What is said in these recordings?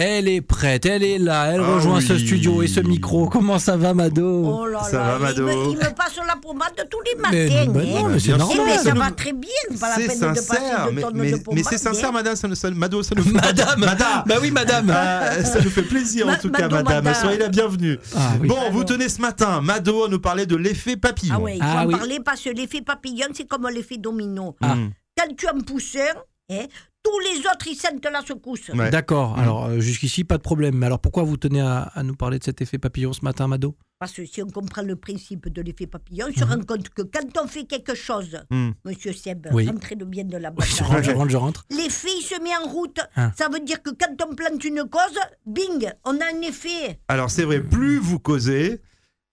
Elle est prête, elle est là, elle Ah rejoint ce oui. studio et ce micro. Comment ça va, Mado Oh là Ça là, va, il, me, Mado il me passe la pommade tous les matins. Mais, bah hein. non, mais c'est Bien sûr. Eh, mais normal. ça va très bien, pas la C'est peine de sincère, passer deux mais, tonnes mais, de mais pommade. c'est sincère, hein. madame, ça ne sonne- Mado, ça nous fait Madame, Madame. Bah oui, madame. Euh, ça nous fait plaisir en Ma- tout cas, Mado, madame. madame. Soyez la bienvenue. Ah oui. Bon, vous tenez ce matin, Mado, à nous parler de l'effet papillon. Ah ouais, il faut Ah en oui. parler parce que l'effet papillon, c'est comme l'effet domino. Ah. Mm. Quand tu en pousses un, hein, tous les autres, ils sentent la secousse. Ouais. D'accord, alors euh, jusqu'ici, pas de problème. Mais alors pourquoi vous tenez à, à nous parler de cet effet papillon ce matin, Mado Parce que si on comprend le principe de l'effet papillon, on se rend compte que quand on fait quelque chose, Ah. Mm. monsieur Seb, Oui. rentrez le bien de la Je bataille. rentre, je rentre, je rentre. L'effet, il se met en route. Ah. Ça veut dire que quand on plante une cause, bing, on a un effet. Alors c'est vrai, plus vous causez,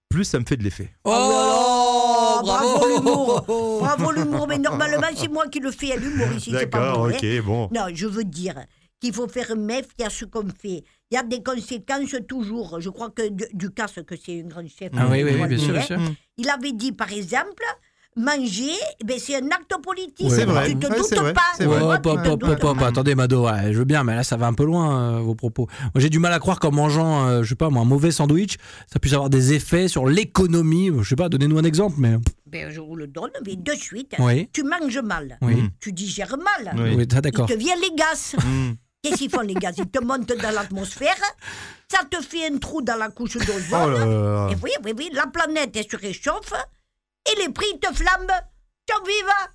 plus ça me fait de l'effet. Oh, bravo Oh. l'humour Bravo l'humour, mais normalement c'est moi qui le fais à l'humour ici, c'est pas D'accord, moi, hein. ok, bon. Non, je veux dire qu'il faut faire mef à ce qu'on fait. Il y a des conséquences toujours. Je crois que Du- Ducasse, que c'est un grand chef, Ah oui, oui, du oui, bien sûr, droit bien de sûr. Mm. hein. il avait dit par exemple, manger, ben, c'est un acte politique. C'est vrai. Tu te Ouais, doutes c'est vrai, pas. c'est tu vrai. Oh, vois, tu pop, te pop, doutes pop, pop, pas. Attendez, Mado, ouais, je veux bien, mais là, ça va un peu loin, euh, vos propos. Moi, J'ai du mal à croire qu'en mangeant, euh, je sais pas, moi, un mauvais sandwich, ça puisse avoir des effets sur l'économie. Je sais pas, donnez-nous un exemple, mais. Ben, je vous le donne, mais de suite. Oui. Tu manges mal. Oui. Mm. Tu digères mal. Oui. Oui, ça, Il d'accord. te vient les gaz. Mm. Qu'est-ce qu'ils font les gaz Ils te montent dans l'atmosphère, ça te fait un trou dans la couche Oh d'ozone. là là là. Et oui, oui, oui, la planète elle se réchauffe et les prix te flambent. T'en vivas